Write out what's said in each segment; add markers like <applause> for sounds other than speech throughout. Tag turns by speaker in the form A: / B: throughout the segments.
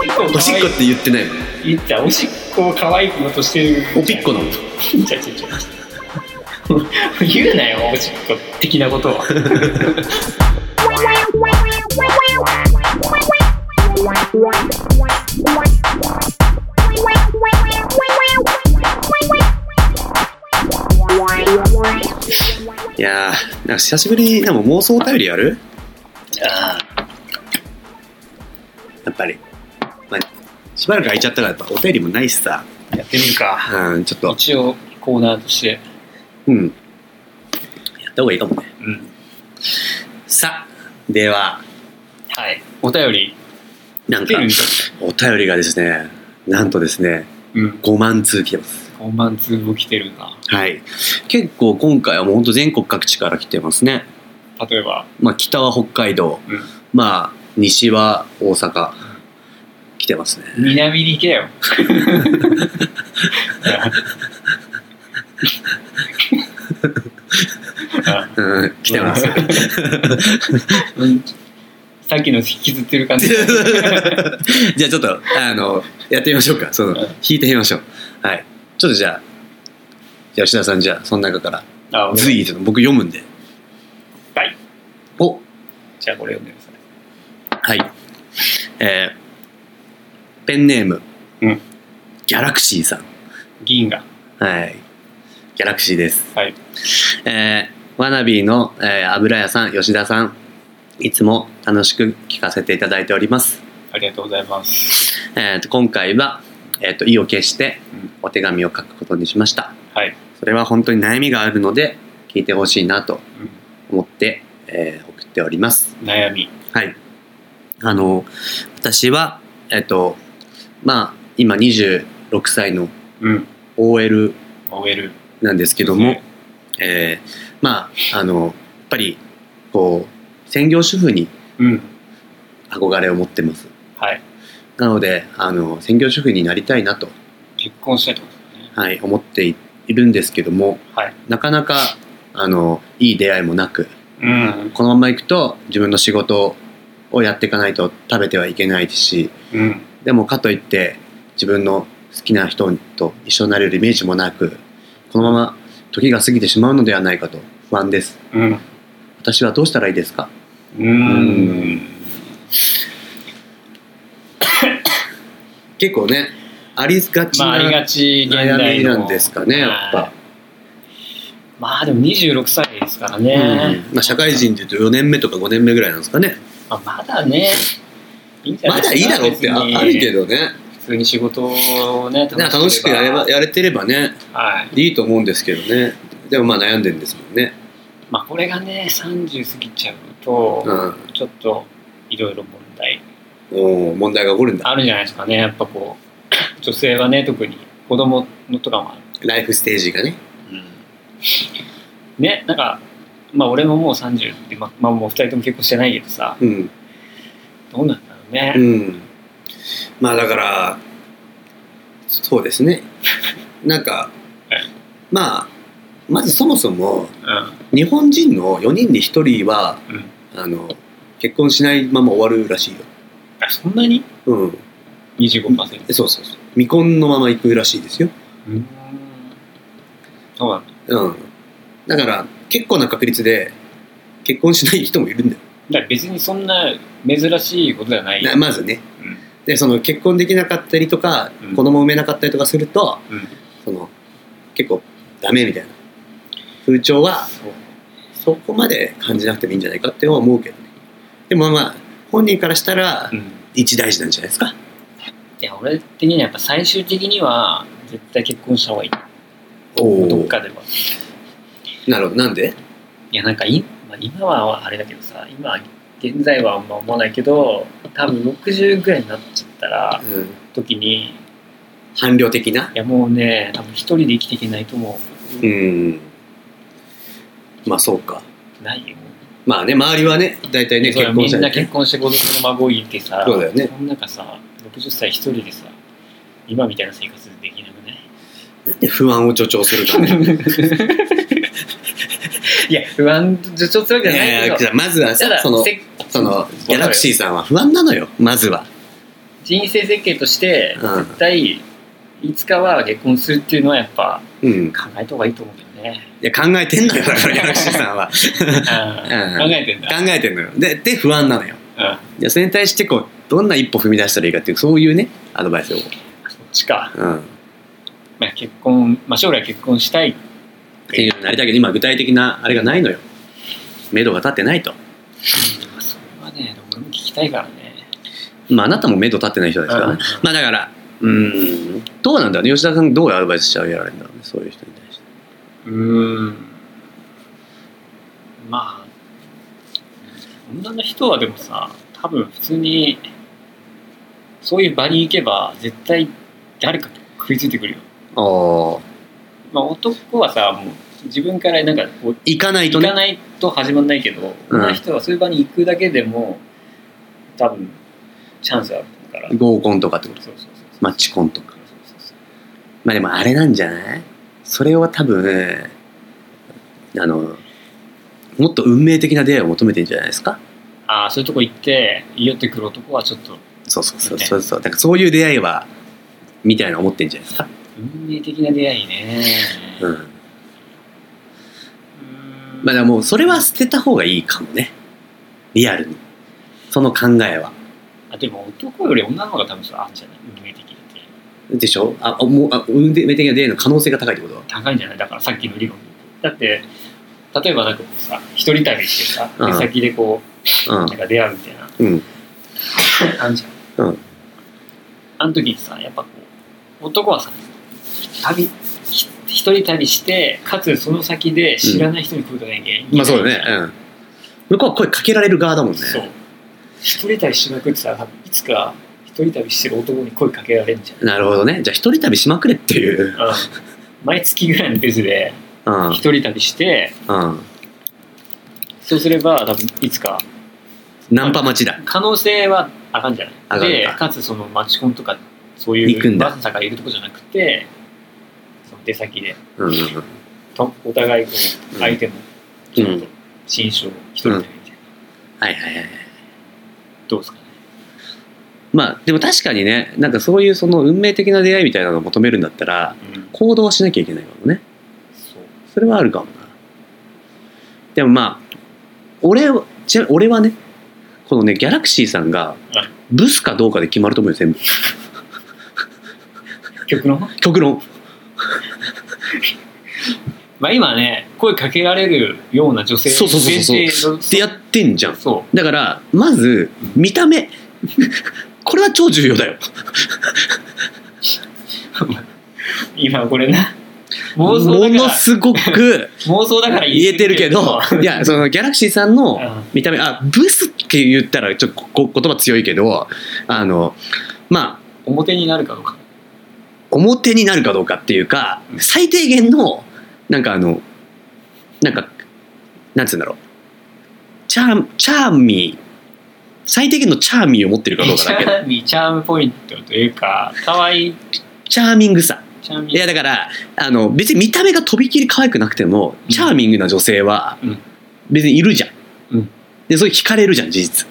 A: コって言ってないもん
B: いったおしっこを可愛くのとしてる
A: おぴっこなの
B: ちゃちゃちゃ言うなよおしっこ的なことは
A: <laughs> いやーなんか久しぶりにでも妄想お便りやる
B: あ
A: やっぱり、まあ、しばらく空いちゃったからやっぱお便りもないしさ
B: あやってみるか
A: うんちょっと
B: 一応コーナーとして
A: うんやった方がいいかもね
B: うん
A: さあでは
B: はいお便り
A: なん
B: 来て
A: か
B: るんです
A: お便りがですねなんとですね
B: うん
A: 5万通来てます
B: 5万通も来てるな
A: はい結構今回はもうほんと全国各地から来てますね
B: 例えば
A: まあ、北は北海道、
B: うん
A: まあ西は大阪来てますね
B: 南に行けよあ
A: うん <laughs> 来てます
B: <laughs> うんさっきの引きずってる感じ
A: <laughs> じゃあちょっとあのやってみましょうかその
B: うん
A: 弾いてみましょうはいちょっとじゃあじゃあ吉田さんじゃあその中から
B: あ
A: 随意ちょっと僕読むんで
B: はい
A: お
B: じゃあこれ読んでください
A: はいえーペンネーム、
B: うん
A: ギャラクシーさん
B: 銀河
A: はい。ギャラクシーです。
B: はい。
A: えー、ワナビーの、えー油屋さん、吉田さん、いつも楽しく聞かせていただいております。
B: ありがとうございます
A: えー、と今回は、えー、と意を決して
B: うん
A: お手紙を書くことにしました。
B: はい、
A: それは本当に悩みがあるので、聞いてほしいなと思って、えー送っております。
B: うん、悩み
A: はい。あの、私は、えっ、と、まあ、今26歳の
B: うん
A: OL
B: OL
A: なんですけども、えーまああのやっぱりこう専業主婦に
B: うん
A: 憧れを持ってます
B: はい
A: なのであの専業主婦になりたいなと、
B: 結婚したいってことですね
A: はい、思っているんですけども
B: はい
A: なかなかあのいい出会いもなく
B: うん
A: このまま行くと自分の仕事をやっていかないと食べてはいけないし
B: うん
A: でもかといって自分の好きな人と一緒になれるイメージもなくこのまま時が過ぎてしまうのではないかと不安です
B: うん
A: 私はどうしたらいいですか
B: うん
A: 結構ねありがち
B: まああり
A: な
B: がち現
A: 悩
B: 代
A: み
B: の
A: なんですかねやっ
B: は
A: ぱ
B: い、まあでも26歳ですからね、
A: うんまあ、社会人でいうと4年目とか5年目ぐらいなんですかね
B: まあ、まだねいいんじゃな
A: ま
B: いで
A: だ
B: す
A: いい
B: か
A: だろうってあ
B: 別に
A: あるけどね
B: 普通に仕事をね
A: なんか楽しくやればやれてればね
B: はい
A: いいと思うんですけどねでもまあ悩んでるんですもんね、
B: まあこれがね30過ぎちゃうと、
A: うん、
B: ちょっといろいろ問題
A: おー問題が起こるんだ
B: あるんじゃないですかねやっぱこう <coughs> 女性はね特に子供のとかもある、
A: ライフステージがね
B: ねなんかまあ俺ももう30でままあもう2人とも結婚してないけどさ
A: うん
B: どうなんだろうね、
A: うんまあだからそうですねなんか
B: はい
A: まあまずそもそも
B: う
A: 日本人の4人に1人は
B: んうん、
A: あの結婚しないまま終わるらしいよ、
B: あそんなに
A: うん、
B: 25%
A: そうそうそう未婚のまま行くらしいですよ、
B: うんそうなんだ
A: うん、だから結構な確率で結婚しない人もいるんだよ
B: だから別にそんな珍しいことではない
A: なまずね
B: うん
A: でその結婚できなかったりとか、
B: うん
A: 子供産めなかったりとかすると
B: うん
A: その結構ダメみたいな風潮は
B: そう
A: そこまで感じなくてもいいんじゃないかって思うけどねでもまあ本人からしたら
B: うん
A: 一大事なんじゃないですか
B: いや俺的にはやっぱ最終的には絶対結婚した方がいい
A: お
B: どっ
A: ー
B: かでは
A: なるほどなんで
B: いやなんかい、まあ、今はあれだけどさ今は現在はあんま思わないけど多分60ぐらいになっちゃったら
A: うん
B: 時にい
A: 伴侶的な
B: やもうね多分一人で生きていけないとも
A: うんまあそうか
B: うないよ
A: まあね周りはね大体ね
B: そりゃ
A: 結婚
B: み
A: 者
B: ん
A: で
B: な
A: ね
B: 結婚して子供の孫いてさ
A: そうだよね
B: その中さ60歳一人でさ今みたいな生活できなくない
A: なんで不安を助長
B: <laughs>
A: するかね
B: いや不安助長するわ
A: い
B: けじゃない
A: やい
B: け
A: や
B: ど
A: まずは
B: ただ
A: その
B: せ
A: そのギャラクシーさんは不安なのよまずは
B: 人生設計として
A: うん
B: 絶対いつかは結婚するっていうのはやっぱ
A: うん。
B: 考えた方がいいと思うけどね、
A: いや、考えてんのよ、だから、ヤクシーさんは。
B: うん、
A: ん
B: 考えてんだ、
A: 考えてんのよ。で、で、不安なのよ。
B: うん、
A: じゃそれに対して、こう、どんな一歩踏み出したらいいかっていう、そういうね、アドバイスを。
B: そっちか、
A: うん。っ
B: まあ、結婚、まあ、将来結婚したい
A: ていうのになりたいけど、今、具体的なあれがないのよ。目処が立ってないと。
B: まあそれはね俺も聞きたいからね
A: まあ、あなたも目処立ってない人ですからね。まあ、だから、うーん、どうなんだろうね。吉田さん、どういうアドバイスしてあげられるんだろうね、そういう人に対して。
B: うーんまあ女の人はでもさ多分普通にそういう場に行けば絶対誰か食いついてくるよ、
A: ああ。
B: まあ、男はさもう自分からなんかこう
A: 行かないと
B: 行か
A: ね。
B: ないと始まんないけど、
A: うん
B: 女の人はそういう場に行くだけでも多分チャンスあるからそう
A: 合コンとかってこと。
B: そうそうそう
A: マッチコンとか。
B: そうそうそう
A: まあでもあれなんじゃないそれは多分あのもっと運命的な出会いを求めてんじゃないですか
B: ああそういうとこ行って言い寄ってくる男はちょっと
A: そうそうそうそうそうだからそういう出会いはみたいな思ってんじゃないですか
B: 運命的な出会いね
A: うんまあだから
B: だ
A: もうそれは捨てた方がいいかもねリアルにその考えは
B: あでも男より女の方が多分それあるんじゃない運命的って
A: でしょああもうあ運命的な出会いの可能性が高いってこと
B: 高いんじゃないだからさっきの理論だって例えばなんかこうさ一人旅してさ
A: うん
B: 出先でこう
A: は
B: なんか出会うみたいな
A: うんうん
B: あんじゃん
A: うん
B: あの時にさやっぱこう男はさ旅ひ一人旅してかつその先で知らない人に声かけなきゃいけない
A: まあそうだねうん向こうは声かけられる側だもんね
B: そう一人旅しまくってたら多分いつか一人旅してる男に声かけられるんじゃない
A: なるほどねじゃあ一人旅しまくれってい
B: う
A: う
B: ん毎月ぐらいのペースで
A: うん
B: 一人旅して
A: うん
B: そうすれば多分いつか
A: ナンパ待ちだ
B: 可能性は上がるんじゃな
A: 上
B: い
A: がる
B: で
A: か
B: かつそのマチコンとかそうい
A: 行くん
B: う
A: だ
B: バスさんからいるとこじゃなくてその出先で
A: うんうんうん
B: とお互いこ
A: う
B: うん相手もちょっと心象一人旅みたいな、
A: はいはいはいはい。
B: どうですかね
A: まあでも確かにね、なんかそういうその運命的な出会いみたいなのを求めるんだったら、
B: うん
A: 行動はしなきゃいけないかもね。
B: そう
A: それはあるかもな。でもまあ、俺は、ちなみに俺はね、このね、ギャラクシーさんが
B: はい、
A: ブスかどうかで決まると思うよ、全部。
B: 曲の
A: 極論。
B: まあ今ね声かけられるような女性
A: そうそうそうそう
B: 限定の
A: ってやってんじゃん。
B: そ
A: だから、まず、見た目。 <laughs> これは超重要だよ。
B: う今これな
A: も
B: 妄想だ
A: の
B: か
A: すごく
B: ら妄想だから
A: 言えてるけど、いや、そのギャラクシーさんの、
B: うん
A: 見た目あブスって言ったらちょっとこ言葉強いけどあのまあ
B: 表になるかどうか
A: 表になるかどうかっていうか最低限のなんかあのなんかなんつうんだろうチャームチャーミー最低限のチャーミーを持ってるかどうかだけ
B: チ
A: ど
B: ャーミーチャームポイントというか可愛い
A: チャーミングさ
B: チャーミ
A: いや
B: ー
A: だからあの別に見た目がとびきり可愛くなくてもチャーミングな女性は
B: うん
A: 別にいるじゃん、
B: うん
A: でそれ惹かれるじゃん事実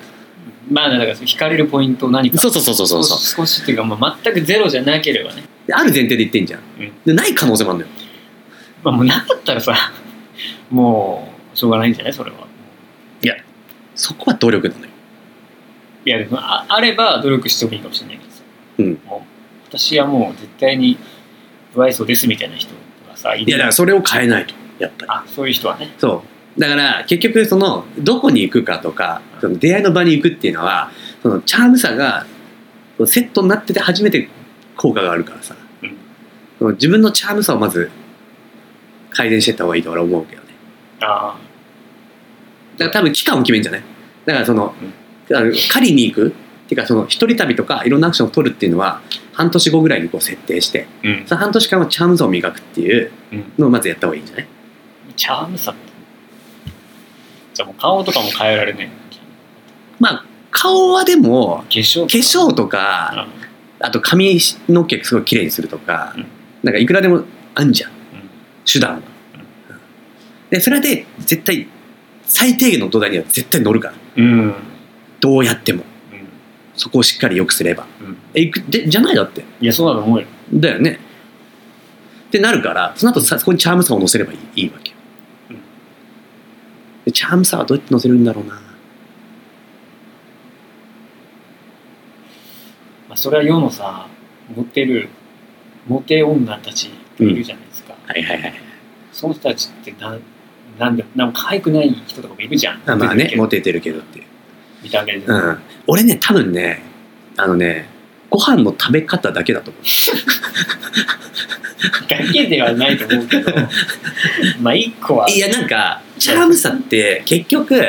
B: まあだから惹かれるポイントを何か
A: そうそうそうそうそうそ
B: 少
A: う
B: しっていうか、まあ、全くゼロじゃなければね
A: である前提で言ってんじゃん、
B: うん
A: でない可能性もあるのよ
B: まあもうなかったらさもうしょうがないんじゃないそれは
A: そこは努力なのよ
B: いやでもああれば努力してもいいかもしれないけどさ、
A: うん
B: もう私はもう絶対に不愛想ですみたいな人がさい
A: いやだからそれを変えないとやっぱり
B: あそういう人はね
A: そうだから結局そのどこに行くかとかその出会いの場に行くっていうのはそのチャームさがそのセットになってて初めて効果があるからさ
B: うん
A: その自分のチャームさをまず改善していった方がいいと俺は思うけどね
B: あ
A: だから多分期間を決めんじゃないだからそのあの狩りに行くっていうかその一人旅とかいろんなアクションを取るっていうのは半年後ぐらいにこう設定して
B: あうん
A: その半年間はチャームさを磨くっていう
B: うん
A: のをまずやった方がいいんじゃない
B: チャームさってじゃあもう顔とかも変えられない
A: まあ顔はでも
B: 化粧と
A: 化
B: か
A: 粧とか
B: うん
A: あと髪の毛すごい綺麗にするとか、
B: うん
A: なんかいくらでもあんじゃん
B: うん
A: 手段は、でそれで絶対最低限の土台には絶対乗るから
B: うん、うん
A: どうやってもそこをしっかり良くすれば
B: うん
A: えいくでじゃないだって
B: いやそうだと思うよ
A: だよねってなるからその後さそこにチャームさを乗せればいいいいわけよ
B: うん
A: でチャームさはどうやって乗せるんだろうな
B: まあ、それは世のさモテるモテ女たちいるじゃないですか、
A: はいはいはい
B: その人たちってななんでなんか可愛くない人とかもいるじゃん
A: あまあ
B: 出て
A: ね
B: る
A: モテてるけどっていう
B: けど見た目で、
A: うん俺ね多分ねあのねご飯の食べ方だけだと思う
B: だけではないと思うけ
A: <laughs>
B: どまあ一個はい
A: やなんかチャームさって結局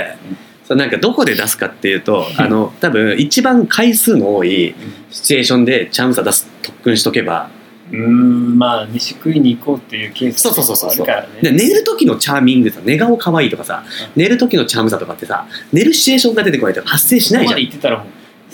A: そうなんかどこで出すかっていうとあの多分一番回数の多いシチュエーションでチャームさ出す特訓しとけば
B: うーんまあ飯食いに行こうっていうケース
A: そうそうそうそう
B: あるから
A: で
B: ね
A: 寝る時のチャーミングさ寝顔可愛いとかさ寝る時のチャームさとかってさ寝るシチュエーションが出てこないと発生し
B: そ
A: な
B: こま
A: いじゃ
B: で
A: ん
B: 行ってたらもう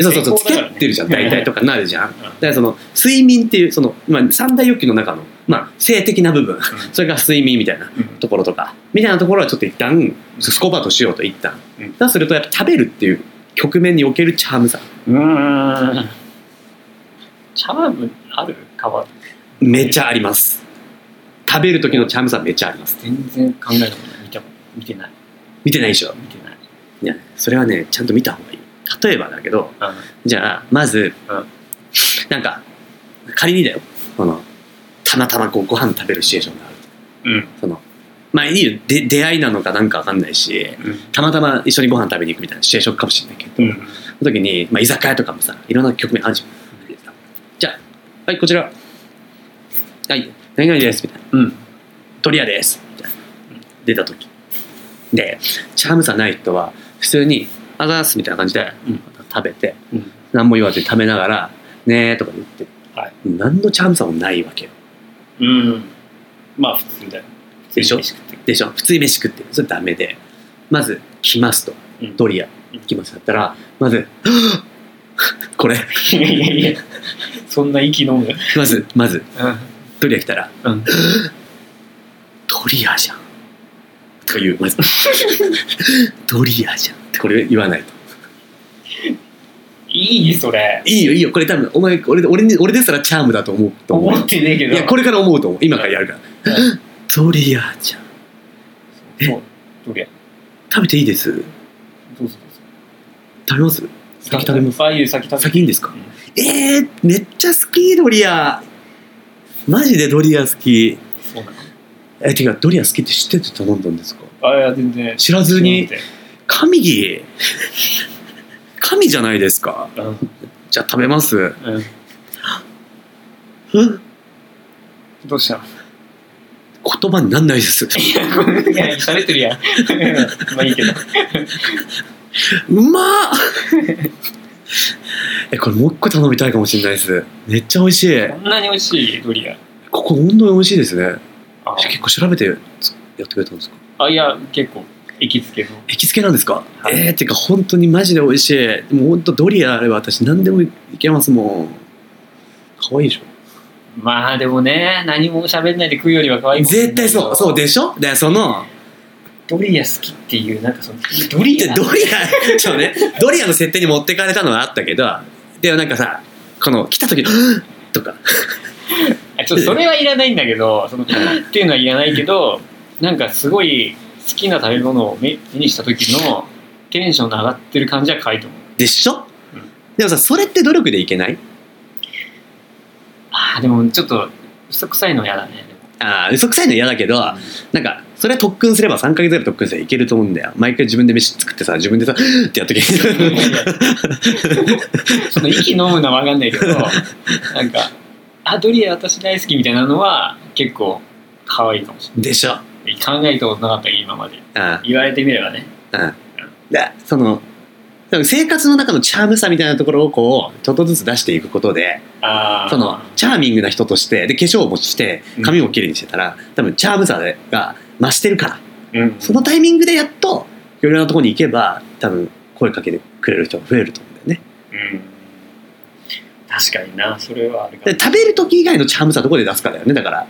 A: そうそうそう
B: 成功
A: 付
B: だか
A: き
B: ら
A: 合
B: ね
A: ってるじゃん大体とかなるじゃんだ
B: うん
A: からその睡眠っていうその、まあ、三大欲求の中の、まあ、性的な部分
B: うん
A: それから睡眠みたいな
B: うん
A: ところとかみたいなところはちょっと一
B: う
A: 旦
B: ん
A: スコバとしようと一旦、
B: うん
A: だとするとやっぱ食べるっていう局面におけるチャームさ
B: うーんチャームあるかは
A: めちゃあります食べる時のチャームさめちゃあります
B: 全然考えたことない見た見てない
A: 見てないでしょ
B: 見てない、
A: いやそれはねちゃんと見た方がいい例えばだけど
B: うん
A: じゃあまず、
B: うん
A: なんか仮にだよこのたまたまこうご飯食べるシチュエーションがある
B: うん
A: そのまあいいよで出会いなのかなんかわかんないしたまたま一緒にご飯食べに行くみたいなシチュエーションかもしれないけど
B: うんうん
A: その時に、まあ、居酒屋とかもさいろんな局面あるじゃんじゃあはいこちらはい何々ですみたいな
B: うん
A: 鳥屋ですみたいな出た時でチャームさない人は普通に「あざーす」みたいな感じで
B: うん
A: 食べて
B: うん
A: 何も言わずに食べながら「ねー」とか言って、
B: はい
A: 何のチャームさもないわけよ
B: うんまあ普通だよ
A: でしょ
B: 普通に飯食って
A: でしょ普通に飯食ってそれダメでまず「来ます」と
B: うん
A: 「ドリア」来ますだったらまず <gasps> 「これ
B: いやいやいやそんな息飲む
A: まずまず
B: う
A: ドリア来たら
B: んうん
A: 「ドリアじゃん」とか言う
B: <laughs>
A: まず「ドリアじゃん」ってこれ言わないと
B: いいそれ
A: いいよいいよこれ多分お前俺俺に俺ですらチャームだと思うと思う
B: 思ってねえけ
A: い
B: ど
A: やこれから思うと思う今からやるから
B: うん
A: ドリアちゃん
B: そうどれ
A: 食べていいです
B: どうぞどうぞ
A: 食べます先食べます
B: ああいう先食べ
A: 先いいんです
B: う
A: か
B: ん
A: えー、めっちゃ好きドリアマジでドリア好き
B: そうなの
A: えてかドリア好きって知ってて頼んだんですか
B: あいや全然
A: 知らずに
B: 知ら
A: 神木神じゃないですか
B: なくて
A: じゃあ食べます
B: うんうん
A: うん
B: どうしたの
A: 言葉になんないです
B: いや喋ってるやんまあいいけど
A: う <laughs> まっえこれもう一個頼みたいかもしれないですめっちゃ美味しい
B: こんなに美味しいドリア
A: ここ本当に美味しいですね
B: あ
A: 結構調べてやってくれたんですか
B: あいや結構行きつけの
A: 行きつけなんですか、
B: はい
A: えー、っていうか本当にマジで美味しいでもう本当ドリアあれば私何でもいけますもん可愛いでしょ
B: まあでもね何も喋んないで食うよりは可愛いもんね
A: 絶対そうそうでしょでその
B: ドリア好きっていうなんかそのドリ
A: で
B: ア
A: ドリア <laughs> そうねドリアの設定に持ってかれたのはあったけどでもなんかさこの来た時 <gasps> うんとか
B: あちょっとそれはいらないんだけどそのっていうのはいらないけどなんかすごい好きな食べ物を目にした時のテンションの上がってる感じは可愛いと思う
A: でしょ、
B: うん
A: でもさそれって努力でいけない
B: あーでもちょっと嘘くさいの嫌だ
A: <laughs>
B: ねでも
A: ああ嘘くさいの嫌だけど、なんかそれは特訓すれば3ヶ月ぐらい特訓すればいけると思うんだよ毎回自分で飯作ってさ自分でさうんってやっとけ
B: その息飲むのは分かんないけどなんかあドリア私大好きみたいなのは結構可愛いかもし
A: でしょ
B: れない考えたことなかったけど今まで
A: あ
B: 言われてみればね
A: あでそのでも生活の中のチャームさみたいなところをこうちょっとずつ出していくことで
B: あー
A: そのチャーミングな人としてで化粧もして
B: うん
A: 髪もきれいにしてたら多分チャームさが増してるから
B: うん
A: そのタイミングでやっといろいろなところに行けば多分声かけてくれる人が増えると思うんだよね
B: うん確かになそれはあるかも
A: で食べる時以外のチャームさどこで出すかだよねだから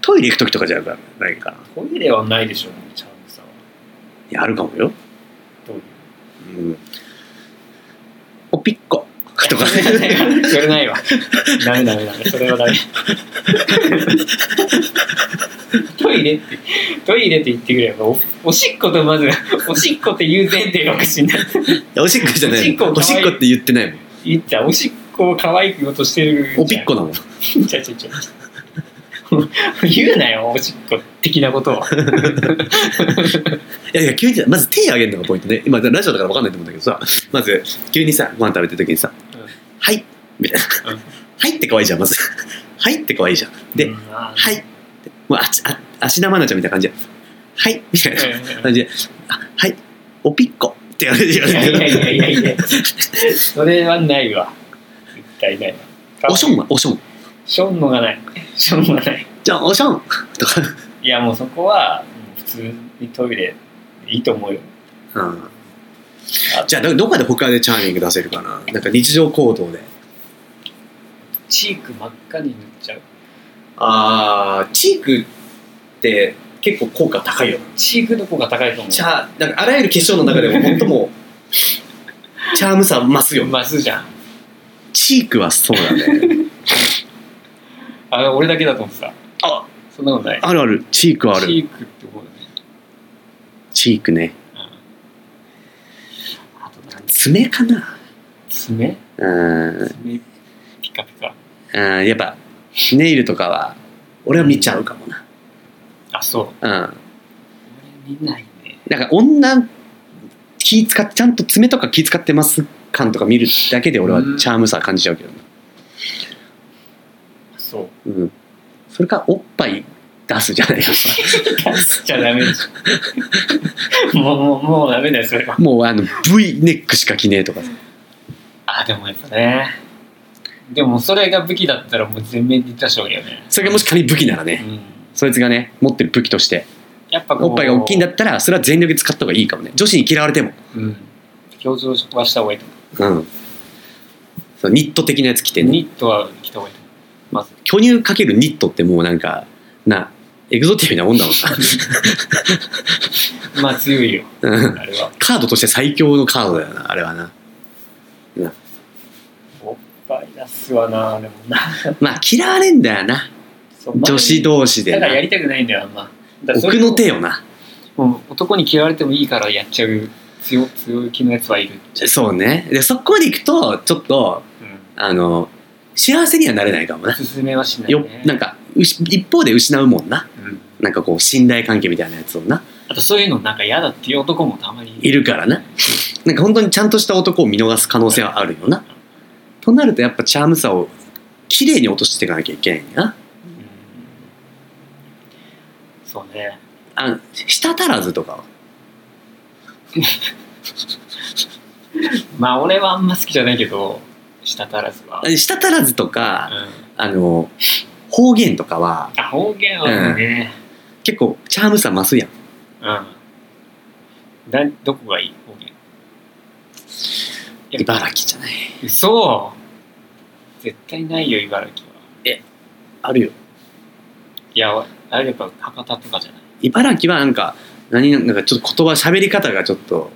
A: トイレ行く時とかじゃないかな
B: トイレはないでしょうねチャームさんはい
A: やあるかもよ
B: どういう
A: うんおぴっことか
B: それそれないわダメダメダメそれはダメトイレってトイレって言ってくればおおしっことまずおしっこって言う前提がおかしいんだ
A: いやおしっこじゃないの
B: お
A: お
B: し
A: し
B: っこ可愛い
A: っこって言ってないもん
B: 言ったおしっこを可愛く言おうとしてる
A: おぴっこだもん
B: じゃんちゃちゃちゃ言うなよおしっこ的なことを
A: いやいや急にまず手あげるのがポイントね今ラジオだから分かんないと思うんだけどさまず急にさご飯食べてる時にさ「
B: うん
A: はい」みたいな「
B: うん
A: <laughs> はい」って可愛いじゃんまず「はい」って可愛いじゃんで
B: うんあー
A: はい」ってもうあちあ芦田愛菜ちゃんみたいな感じで「はい」みたいな
B: うん
A: 感じで「あはいおぴっ <laughs> こ」って言われて
B: いやいやいやいやい
A: る
B: やそれはないわ絶対ないわ
A: おしょんはおしょん
B: ションのがないションがない
A: じゃあおしょんとか
B: いやもうそこはもう普通にトイレいいと思うよ
A: うんじゃあどどこで他でチャーミング出せるかななんか日常行動で
B: チーク真っ赤に塗っちゃう
A: あーチークって結構効果高いよ
B: チークの子が高いと思う
A: チャーなんかあらゆる化粧の中でも本当 <laughs> もうチャームさ増すよ
B: マスじゃん
A: チークはそうだ <laughs> ね
B: あれ俺だけだと思ってた
A: あ
B: そんなことない
A: あるあるチークはあ
B: チ
A: る
B: ークってことだね
A: チークね
B: うんあと何
A: 爪かな
B: 爪
A: うん
B: 爪ピカピカ
A: うんやっぱネイルとかは俺は見ちゃうかもな
B: あそう
A: うん
B: 俺見ないね
A: なんか女気使ってちゃんと爪とか気使ってます感とか見るだけで俺はチャームさ感じちゃうけどな
B: あそう <laughs>
A: うんそれかおっぱい出すじゃないですか
B: 出しちゃダメでしょもうもうもうダメだよそれは
A: <laughs> もうあの V ネックしか着ねえとかさ
B: あでもやっぱねでもそれが武器だったらもう全面に出した方がいいよね
A: それがもし仮に武器なら
B: う
A: ね
B: ん
A: そいつがね持ってる武器として
B: やっぱこう
A: おっぱいが大きいんだったらそれは全力で使った方がいいかもね女子に嫌われても
B: うん強調はした方がいいと思
A: うんそうニット的なやつ着て
B: う
A: ね
B: ニットは着た方がいいと思うまず
A: 巨乳かけるニットってもうなんかなエグゾティブなもんだもんさ
B: まあ強いよ
A: うん
B: あれは
A: カードとして最強のカードだよなあれはな
B: おっぱい出すわなでもな
A: まあ嫌われんだよな
B: そう
A: 女子同士で
B: だ
A: な
B: からやりたくないんだよあんまだからそ
A: 奥
B: れ
A: の手よな
B: うん男に嫌われてもいいからやっちゃう強強気のやつはいる
A: そうねでそこまで行くとちょっと
B: うん
A: あの幸せにはなれないかもな
B: おすすめはしない
A: よ
B: ね
A: なんかうし一方で失うもんな
B: うん
A: なんかこう信頼関係みたいなやつをな
B: あとそういうのなんか嫌だっていう男もたまに
A: いるからななんか本当にちゃんとした男を見逃す可能性はあるよなとなるとやっぱチャームさを綺麗に落としていかなきゃいけないんだな
B: うんそうね
A: あ舌足らずとかは
B: まあ俺はあんま好きじゃないけど舌足らずは、
A: あ舌足らずと
B: う
A: か
B: ん、
A: あの方言とかは
B: あ方言はね
A: 結構チャームさ増すやん
B: うん、だどこがいい方言いや
A: 茨城じゃない
B: 嘘絶対ないよ茨城は
A: あるよ
B: いやあれやっぱ博多とかじゃない、
A: 茨城はなんか何なんかちょっと言葉喋り方がちょっと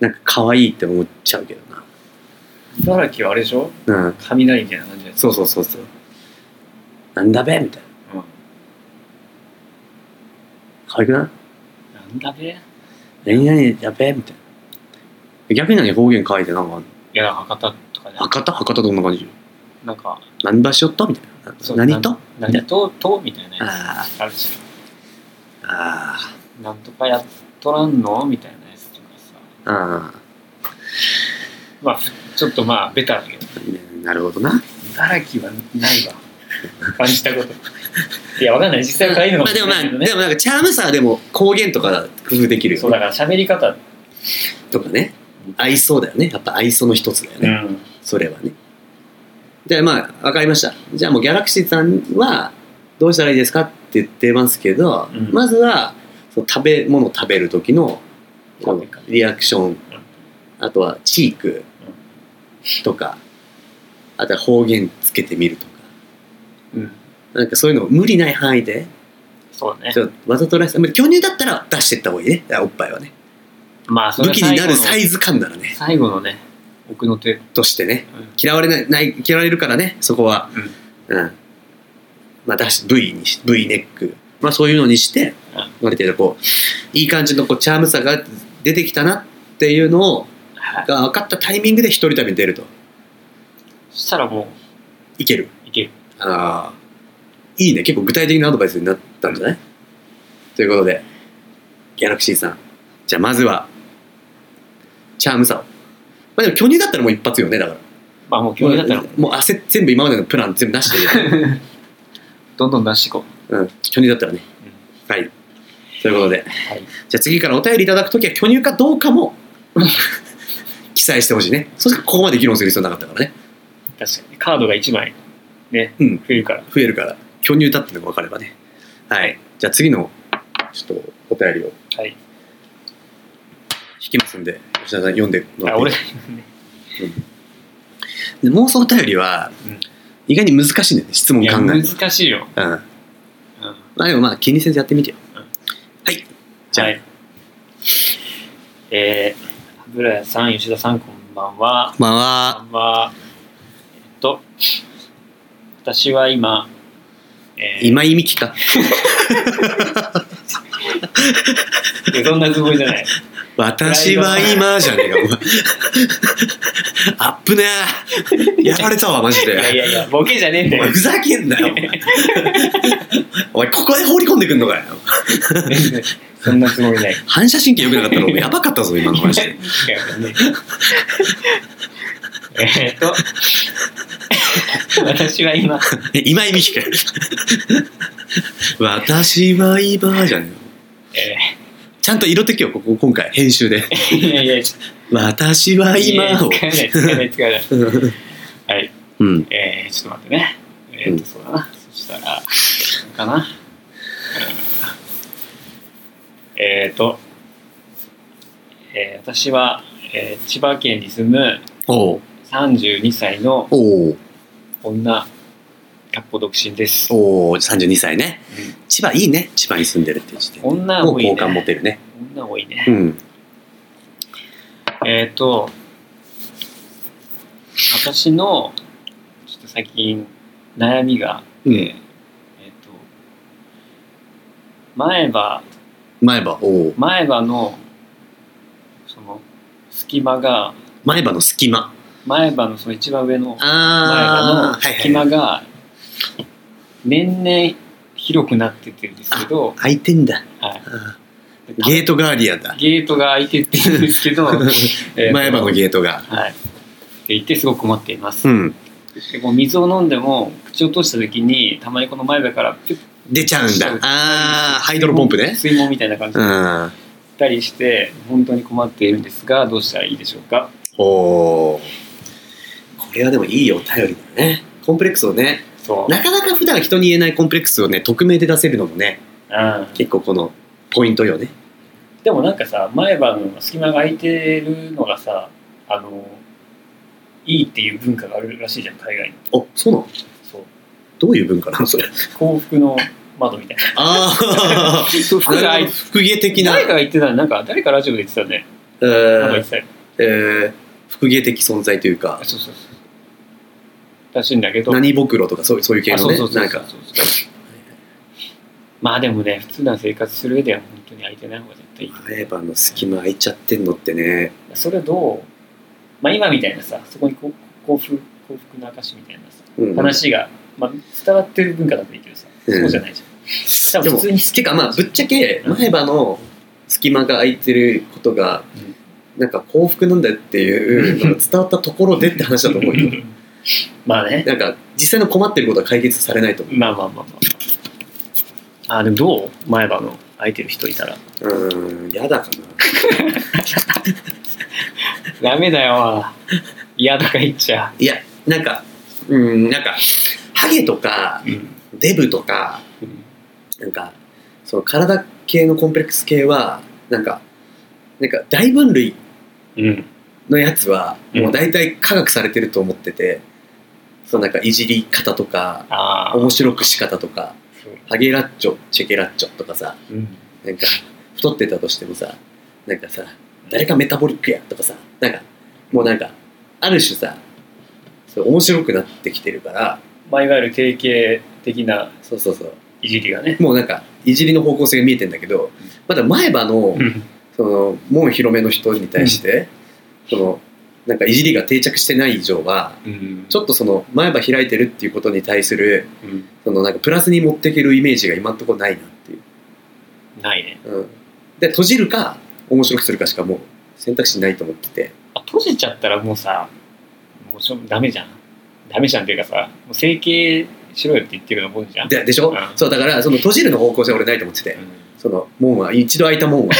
A: なんか可愛いって思っちゃうけど
B: うん、茨城はあれでしょ
A: なうん
B: 雷みたいな感じで
A: そうそうそうそうなんだべみたいな
B: うん、
A: 可愛くない
B: なんだべい
A: 何々やべえみたいな逆に何方言書いてなんか
B: や博多とかじゃない
A: 博多博多どんな感じ
B: なんか
A: 何ばしよっとみたいな
B: そう
A: 何と
B: な何ととみたいなや
A: あ
B: つあるじ
A: ああ
B: ゃんなんとかやっとらんのみたいなやつとかさ
A: ああ
B: まあふちょっとまあベタだけど
A: あなるほどな
B: 茨城はないわ感じたこといやわかんない実際はないのか
A: ま
B: も
A: あ
B: し
A: で
B: れな
A: もま
B: いけ
A: あで
B: ど
A: も
B: ね、
A: なんかチャームさでも方言とか工夫できる
B: そ
A: よ
B: う
A: ね
B: だから喋り方
A: とかね愛想だよねやっぱ愛想の一つだよ
B: う
A: ね、
B: ん
A: それはねでまあ分かりましたじゃあもうギャラクシーさんはどうしたらいいですかって言ってますけど、
B: うん
A: まずはその食べ物食べる時の
B: 食べ方
A: リアクションあとはチークとかあとは方言つけてみるとか
B: うん
A: なんかそういうのを無理ない範囲で
B: そうね
A: ちょっとわざとらしさまあ巨乳だったら出してった方がいいねおっぱいはね
B: まあそれ
A: 武
B: は
A: 器になる
B: 最後
A: サイズ感なら
B: の
A: ね
B: 最後のね奥の手、
A: としてね嫌われないない嫌われるからねそこは、うんまあ、出し V, にし v ネック、まあ、そういうのにして
B: うん
A: ある程度こういい感じのこうチャームさが出てきたなっていうのを
B: はい
A: が分かったタイミングで一人旅に出ると
B: そしたらも
A: いける
B: ういける
A: ああいいね結構具体的なアドバイスになったんじゃないということでギャラクシーさんじゃあまずはチャームさをまあでも巨乳だったらもう一発よねだから
B: まあもう共有だったらも
A: もう焦って全部今までのプラン全部出してる
B: うどんどん出していこ
A: うん、巨乳だったらね。はい。ということで、
B: うはい
A: じゃあ次からお便りいただくときは巨乳かどうかも記載してほしいね。そしてここまで議論する必要なかったからね。
B: 確かにカードが1枚ね
A: うん
B: 増えるから
A: 増えるから、巨乳だってのが分かればね。はい。じゃあ次の、ちょっとお便りを
B: はい
A: 引きますんで、吉田さん読んでもら
B: あ
A: っ
B: 俺
A: ていいで妄想お便りは
B: うん、
A: 意外に難しいんだよね、質問
B: い
A: 考
B: や
A: えるの。
B: 難しいよ、
A: うん。
B: うん
A: まあでもまあ気にせずやってみてよ。
B: うん
A: はい。じゃあ
B: はい、えー、油屋さん吉田さんこんばんは
A: ま
B: こ
A: あ、
B: んばんはえっと私は今、えー
A: 今井美樹か。
B: い <laughs> やそんなつもりじゃない
A: 私は今じゃ
B: <laughs>
A: ねえか、お前アップねやられたわ、マジ
B: いやい
A: で。
B: やいやボケじゃねえん
A: お
B: だよ
A: 前ふざけんなよ、お前。お前、ここで放り込んでくんのかよ。
B: 全然 <laughs> そんなつもりない <laughs>
A: 反射神経良くなかったの、お前やばかったぞ、今のマジで。
B: えっと <laughs> 私は今
A: え今井美樹か。私は今じゃねえよ
B: え
A: ちゃんと色的をここ今回、編集で。
B: ーいやいやちょ
A: 私は今を。
B: 使えない使えない使えないはい
A: うん。
B: えー、ちょっと待ってね。えー、っ
A: うん
B: と、そうだな。そしたら、かな。うんえー、っと、えー、私は、えー、千葉県に住む
A: おう
B: 32歳の
A: おう
B: 女、かっこ独身です。うん
A: おう32歳ね。千葉いいね。千葉に住んでるって時点で。
B: 女
A: もう
B: 多い
A: 好感持
B: ね。
A: てるね。
B: 女多いうね。
A: ん。
B: えー、っと、私の、ちょっと最近、悩みが、
A: うん。
B: えー、っと、前歯、
A: 前歯、おう
B: 前歯のその隙間が
A: 前歯の隙間。
B: 前歯のその一番上の前歯
A: あ
B: の
A: ー
B: 隙間
A: はいはい。
B: が年々広くなってってるんですけど、
A: 開いてんだ。
B: はい
A: あーゲートガーディアンだ。
B: ゲートが開いてってるんです
A: <laughs>
B: けどえーと
A: 前歯のゲートが。
B: はいって言ってすごく困っています、
A: うん。
B: でこう水を飲んでも口を通した時にたまにこの前歯からピュッ
A: 出ちゃうんだ
B: そう。
A: ああ、ハイドロポンプね。
B: 水門みたいな感じ
A: う
B: で
A: ん。
B: 行ったりして本当に困っているんですがどうしたらいいでしょうか
A: おーこれはでもいいお便りだね。コンプレックスをね、
B: そう、
A: なかなか普段人に言えないコンプレックスをね、匿名で出せるのもね、
B: うん、
A: 結構このポイントよね。
B: でもなんかさ前歯の隙間が空いてるのがさあのいいっていう文化があるらしいじゃん海外に
A: あ、そうなの
B: そう
A: どういう文化なのそれ。
B: 幸福の窓みたいな
A: ああ、
B: <laughs> そう <laughs> 服が空いて
A: 副芸的な。
B: 誰かが言ってたねなんか誰かラジオで言ってたね
A: え
B: なんか言
A: ー
B: ってたよ
A: えー、副芸的存在というか
B: あそうそうそうらしいんだけど
A: 何袋とかそうそういう系
B: あ
A: の
B: そう
A: ね
B: そうそ
A: な
B: うんそう
A: か
B: そう <laughs> まあでもね普通の生活する上では本当に空いてない方が絶対いい
A: 前歯の隙間空いちゃってんのってね
B: それどうまあ今みたいなさそこにこう幸福幸福の証みたいなさ
A: うん
B: 話が、まあ、伝わってる文化だといいけどさ、
A: うん
B: そうじゃないじゃん。
A: でも
B: に
A: てかまあぶっちゃけ前歯の隙間が空いてることが
B: うん
A: なんか幸福なんだっていうのが伝わったところでって話だと思うよ
B: <laughs> まあね、
A: <laughs> なんか実際の困ってることは解決されないと思
B: まあまあまあまあ。あ、でもどう前歯の空いてる人いたら。
A: ううーんやだかな
B: ダメだよ。嫌だか言っちゃ
A: いやなんかうんなんかハゲとか
B: う。
A: デブとかなんかその体系のコンプレックス系はなんかなんか大分類
B: うん。
A: のやつは
B: うん
A: もう大体科学されてると思ってて、そのなんかいじり方とか
B: ああ。
A: 面白く仕方とかハゲラッチョチェケラッチョとかさ
B: うん。
A: なんか太ってたとしてもさなんかさ誰がメタボリックやとかさなんかもうなんかある種さそう面白くなってきてるから
B: まあ、いわゆる定型的な
A: そうそうそう
B: いじりがね。
A: もうなんかいじりの方向性が見えてんだけどまだ前歯のその門広めの人に対して、そのなんかいじりが定着してない以上は
B: うん
A: ちょっとその前歯開いてるっていうことに対する
B: うん
A: そのなんかプラスに持っていけるイメージが今んところないなっていう、
B: ないね。
A: うん、で閉じるか面白くするかしかもう選択肢ないと思ってて
B: あ閉じちゃったらもうさ、もうしょダメじゃん。ダメじゃんっていうかさ、もう整形しろよって言ってるようなもんじゃん。
A: ででしょ、
B: うん
A: そうだからその閉じるの方向性は俺ないと思ってて
B: うん
A: その門は一度開い
B: <laughs>
A: た門は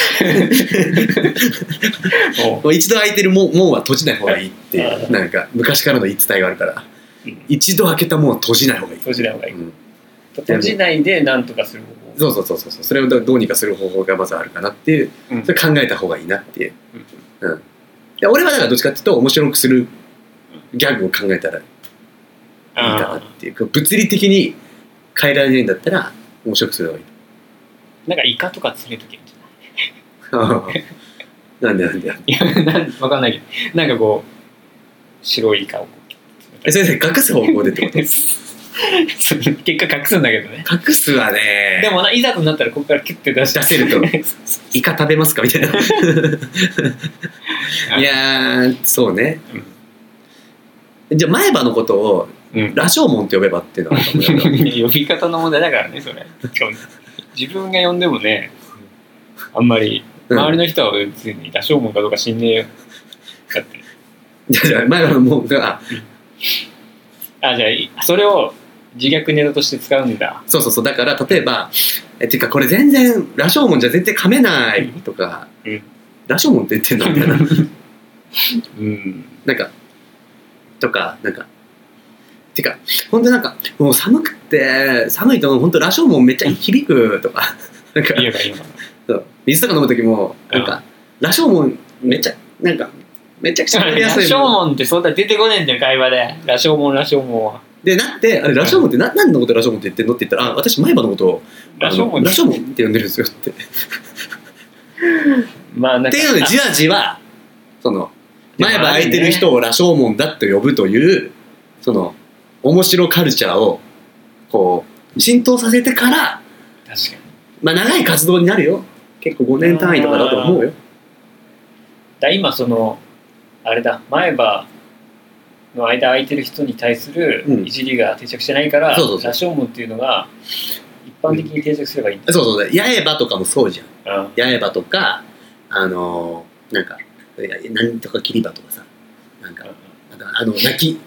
B: おう
A: もう一度開いてる門門は閉じない方がいいっていう
B: うん
A: なんか昔からの言い伝えがあるから
B: うん
A: 一度開けた門は閉じない方がいい、
B: 閉じない方がいい。
A: うん
B: 閉じないでなんとかする方法。
A: そうそうそうそうそうそれをどどうにかする方法がまずあるかなっていう
B: うん
A: それ考えた方がいいなっていう
B: うん、
A: うん、で俺はだからどっちかっていうと面白くするギャグを考えたらいいかな
B: あ
A: っていう物理的に変えられないんだったら面白くするのがいい
B: ーなんかイカとか釣れとけんじゃない
A: <laughs> なんでなんで
B: いやなんわかんないけどなんかこう <laughs> 白いイカをこ
A: えそれで隠す方向でってこ
B: うそう結果隠すんだけどね
A: と <laughs> 隠すはね
B: でもないざとなったらここからキュッて出して
A: 出せると
B: う
A: イカ食べますかみ <laughs> たいないやーそうねじゃあ前歯のことを
B: んうん
A: 羅生門って呼べばっていうのはあるかもしれない
B: いや呼び方の問題だからねそ
A: <laughs>
B: れしかも自分が呼んでもねあんまり
A: うん
B: <laughs> 周りの人は別に出しょうもんかどうか知んねえよだって
A: じゃあじゃ <laughs> あ前歯の門が
B: あじゃあいそれを自虐ネタとして使うんだ
A: そうそうそうだから例えば「えてかこれ全然羅生門じゃ全然噛めない」とか
B: うん
A: 「羅生門って言ってんの?」みたい
B: <laughs>
A: な
B: うん
A: なんかとかなんかてか本当なんかもう寒くて寒いと本当羅生門めっちゃ響くとか <laughs> なんか
B: 言えばいいのか
A: そう水とか飲む時もなんか羅生門めっちゃなんかめちゃくちゃ
B: な
A: やりや
B: ラ
A: すい
B: ショウモンってそんな出てこねえんだよ会話でラショウモンラショウモンは
A: でなって「あれ羅生門ってな何のこと羅生門って言ってんの?」って言ったらあ「私前歯のことを
B: ラショウモン
A: 羅生門って呼んでるんですよ」って
B: まあなんか
A: っていうのでじわじわその前歯開いてる人を羅生門だと呼ぶというその面白カルチャーをこう浸透させてから、
B: あ確かに
A: まあ、長い活動になるよ結構5年単位とかだと思うよ
B: だ今そのあれだ前歯の間空いてる人に対する
A: うん
B: いじりが定着してないから、
A: そうそうそう
B: ラショウモンっていうのが一般的に定着すればいいんだ、
A: そうそうそう八重歯とかもそうじゃん
B: うん
A: 八重歯とかあのーなんかいやなんとか切り歯とかさなんかあとあの泣き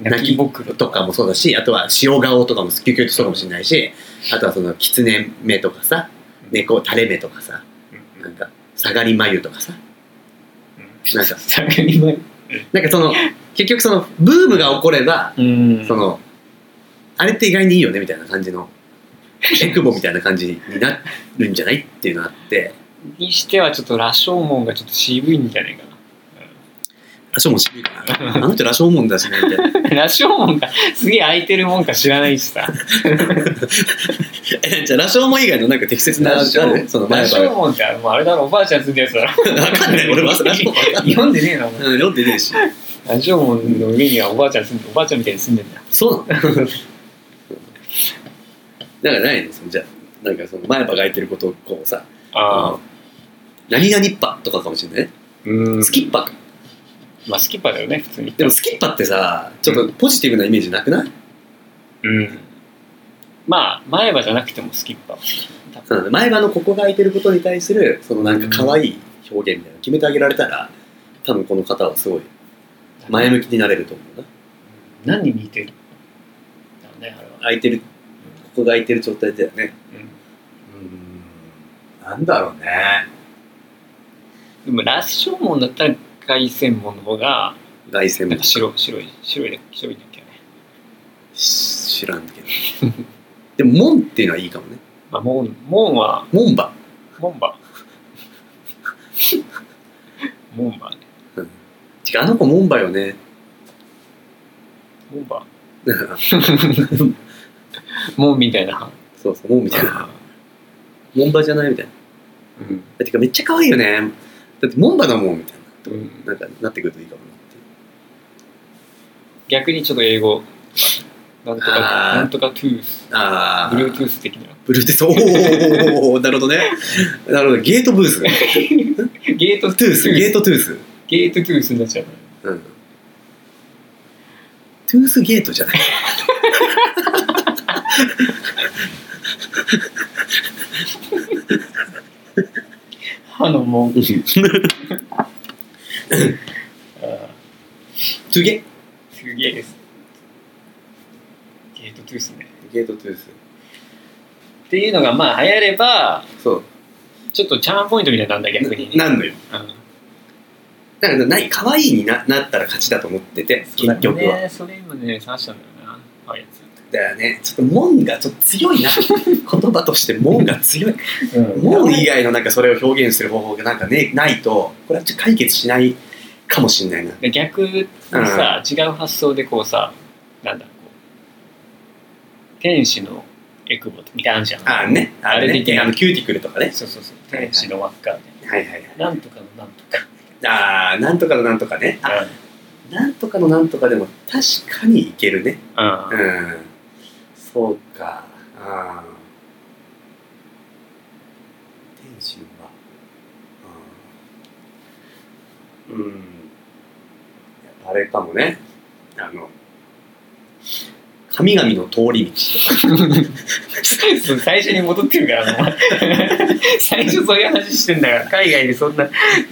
B: 泣きぼくろ
A: とかもそうだしあとは塩顔とかもキュキュッとそうかもしれないしあとはその狐目とかさ猫垂れ目とかさ
B: うん
A: なんか下がり眉とかさな
B: <laughs>
A: んか
B: 叫び声
A: なんかその結局そのブームが起これば、
B: うん
A: そのあれって意外にいいよねみたいな感じのエクボみたいな感じになるんじゃないっていうのがあって
B: にしてはちょっと羅生門がちょっと渋いんじゃないか <laughs>
A: 羅生門渋いかなあの人羅生門だしねみたいな
B: な羅生門がすげえ空いてるもんか知らないしさ
A: <laughs> えじゃあ羅生門以外のなんか適切な
B: 羅生
A: あるその前
B: 羅
A: 歯
B: 生門ってもうあれだろおばあちゃん住んでるやつだろ
A: <laughs> わかんない俺も羅生門わ <laughs> かんない
B: 読んでねえなお前
A: うん読んでねえし
B: 羅生門の上にはおばあちゃん住んでおばあちゃんみたいに住んでんだ
A: そうなの <laughs> だからないのそのじゃあなんかその前歯が開いてることをこうさ
B: ああ
A: 何々っぱとかかもしれないね、
B: うん
A: スキッパか
B: まあスキッパーだよね普通に
A: でもスキッパってさちょっとポジティブなイメージなくない、
B: うんまあ前歯じゃなくてもスキッパー
A: そうなんだ前歯のここが開いてることに対するそのなんか可愛い表現みたいなの決めてあげられたら多分この方はすごい前向きになれると思うな
B: 何に似てるだろうねあれは、
A: 開いてるここが開いてる状態だよね
C: うんなんだろうね
B: うん、でも羅生門だったら凱旋門の方が
A: 外線
B: なん
A: も
B: か白白い白いだ白いんだっけね、
A: し知らんけどでも門っていうのはいいかもね
B: まあ、門門は
A: 門歯
B: 門 <laughs> 歯門歯ね
A: 違うあの子門歯よね <laughs>
B: 門歯門みたいな歯
A: そうそう門みたいな門歯じゃないみたいな
B: うん、
A: えてかめっちゃ可愛いよねだって門歯だもんみたいな
B: うん
A: なんかなってくるといいかもなって
B: 逆にちょっと英語とかなんとか
A: あー
B: なんとかトゥース
A: あ
B: ブルートゥース的な
A: ブルートゥース。おお、なるほどね。なるほど。ゲートブース。ト
B: ゲート
A: ゥース、ゲートトゥース。
B: ゲートトゥースになっちゃう
A: うん。トゥースゲートじゃない。
B: 歯のもう
A: トゥ
B: あ
A: ゲ
B: ーすげえですゲートトゥースね
C: ゲートトゥース。
B: っていうのがまあ流行れば
C: そう。
B: ちょっとチャームポイントみたいになるんだ逆にね
A: なんのよ。
B: うん
A: だから、ない、可愛いにななったら勝ちだと思ってて、
B: そうだ
A: 結局は。
B: ね、それ今ね探したんだよなああいうや
A: だよね、ちょっと門がちょっと強いな。言葉として門が強い。 <laughs>
B: つ、うん
A: 門以外のなんかそれを表現する方法がなんかね、ないと、これはちょっと解決しないかもしれないな。
B: で逆にさ、違う発想でこうさなんだこう天使のエクボみたいなのあるじゃん
A: ああね、あれ
B: あれ
A: ね、
B: 的な
A: あのキューティクルとかね。
B: そうそうそう天使の輪っかみたい
A: はいはい
B: ななんとかのなんとか
A: はい。ああ、なんとかのなんとかね。あ、なんとかのなんとかでも確かにいけるね。
B: うん、
A: う
B: うん
A: ん。そうか。あー天使の輪。あーうん。やっぱあれかもね。あの、神々の通り道とか。
B: そう最初に戻ってるからお
A: <laughs>
B: 前最初そういう話してんだから海外でそんな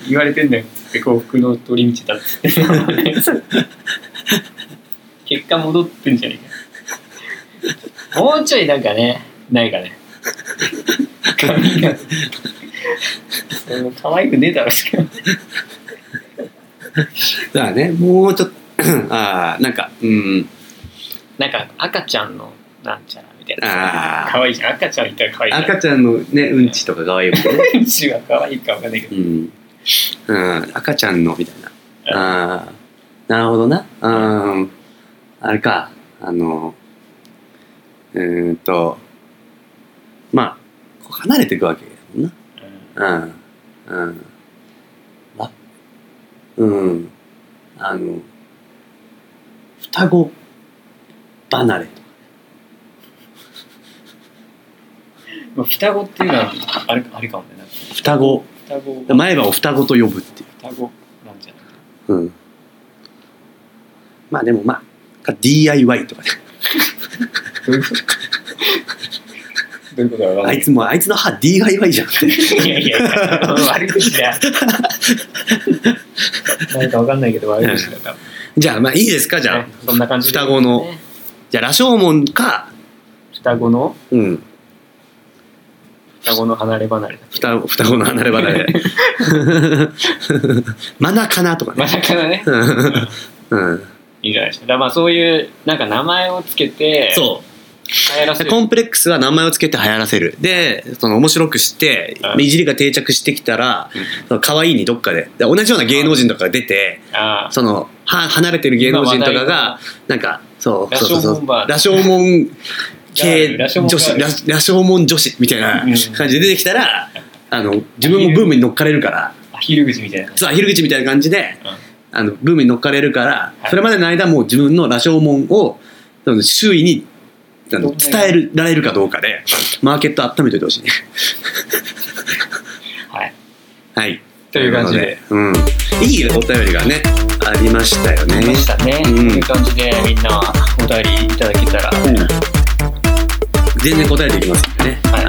B: 言われてんだよつって幸福の通り道だっつって結果戻ってんじゃねえかもうちょいなんかねないかね髪がその可愛くねえだろしかも
A: だからね、もうちょっと、 <clears throat> ああ、なんか、うん。
B: なんか赤ちゃんのなんちゃらみたいな
A: ああ。
B: 可愛いじゃん赤ちゃんいたら可愛いじゃん <laughs>
A: 赤ちゃんのね、うんちとか可愛いもんね。
B: 天使は可愛いかわかんないけど
A: うん、うん、赤ちゃんのみたいな。ああ、なるほどな。うん、あれか、あの、うーんと、まあ、こう離れていくわけやもんな。うん、うん。わうん、あの、双子離れ。
B: うん双子っていうのはあれあれかもねなんか
A: 双子、
B: 双子
A: 前歯を双子と呼ぶっていう。
B: 双子なんじゃない
A: うん。まあでもまあ、か DIY とかね。
B: どういうことどういうことかわかん
A: あ
B: ないい <laughs>
A: つもあいつの歯 DIY じゃんって。
B: いやいやいや悪口だなんかわかんないけど悪口だ多分
A: <laughs> じゃあまあいいですかじゃあ、
B: ねそんな感じで
A: 双子の
B: ね
A: じゃあ羅生門か、
B: 双子の
A: うん、
B: 双子の離れ離れだ
A: 双子双子の離れ離 <laughs> れマナカナとか
B: ま
A: ね、
B: さかのね
A: <laughs> うんうん、
B: いいじゃないですかだからまあそういうなんか名前をつけて
A: そう
B: 流行らせる
A: コンプレックスは名前をつけて流行らせるでその面白くして
B: うん
A: いじりが定着してきたらその可愛いにどっかでで同じような芸能人とかが出て
B: ああ
A: そのは離れてる芸能人とかが
B: 今
A: なんかそう
B: 羅
A: そうそうそ
B: 生
A: う
B: 門バー
A: 羅生門系
B: ガール羅
A: 女
B: 生門
A: 子
B: ガ
A: 羅
B: ー
A: 羅生門女子みたいな
B: うん
A: 感じで出てきたらあの自分もブームに乗っかれるから
B: アヒル口みたいな
A: そうアヒル口みたいな感じで
B: うん
A: あのブームに乗っかれるから
B: はい
A: それまでの間もう自分の羅生門をその周囲にあ
B: ど
A: の
B: んな
A: 伝えるられるかどうかでマーケット温めておいてほしいね。
B: はい
A: はい
B: という感じで
A: ということでうん、いいお便りがねありましたよね。
B: ありましたねと
A: うん
B: いう感じでみんなお便りいただけたら
A: 全然答えていきますんでね。
B: はい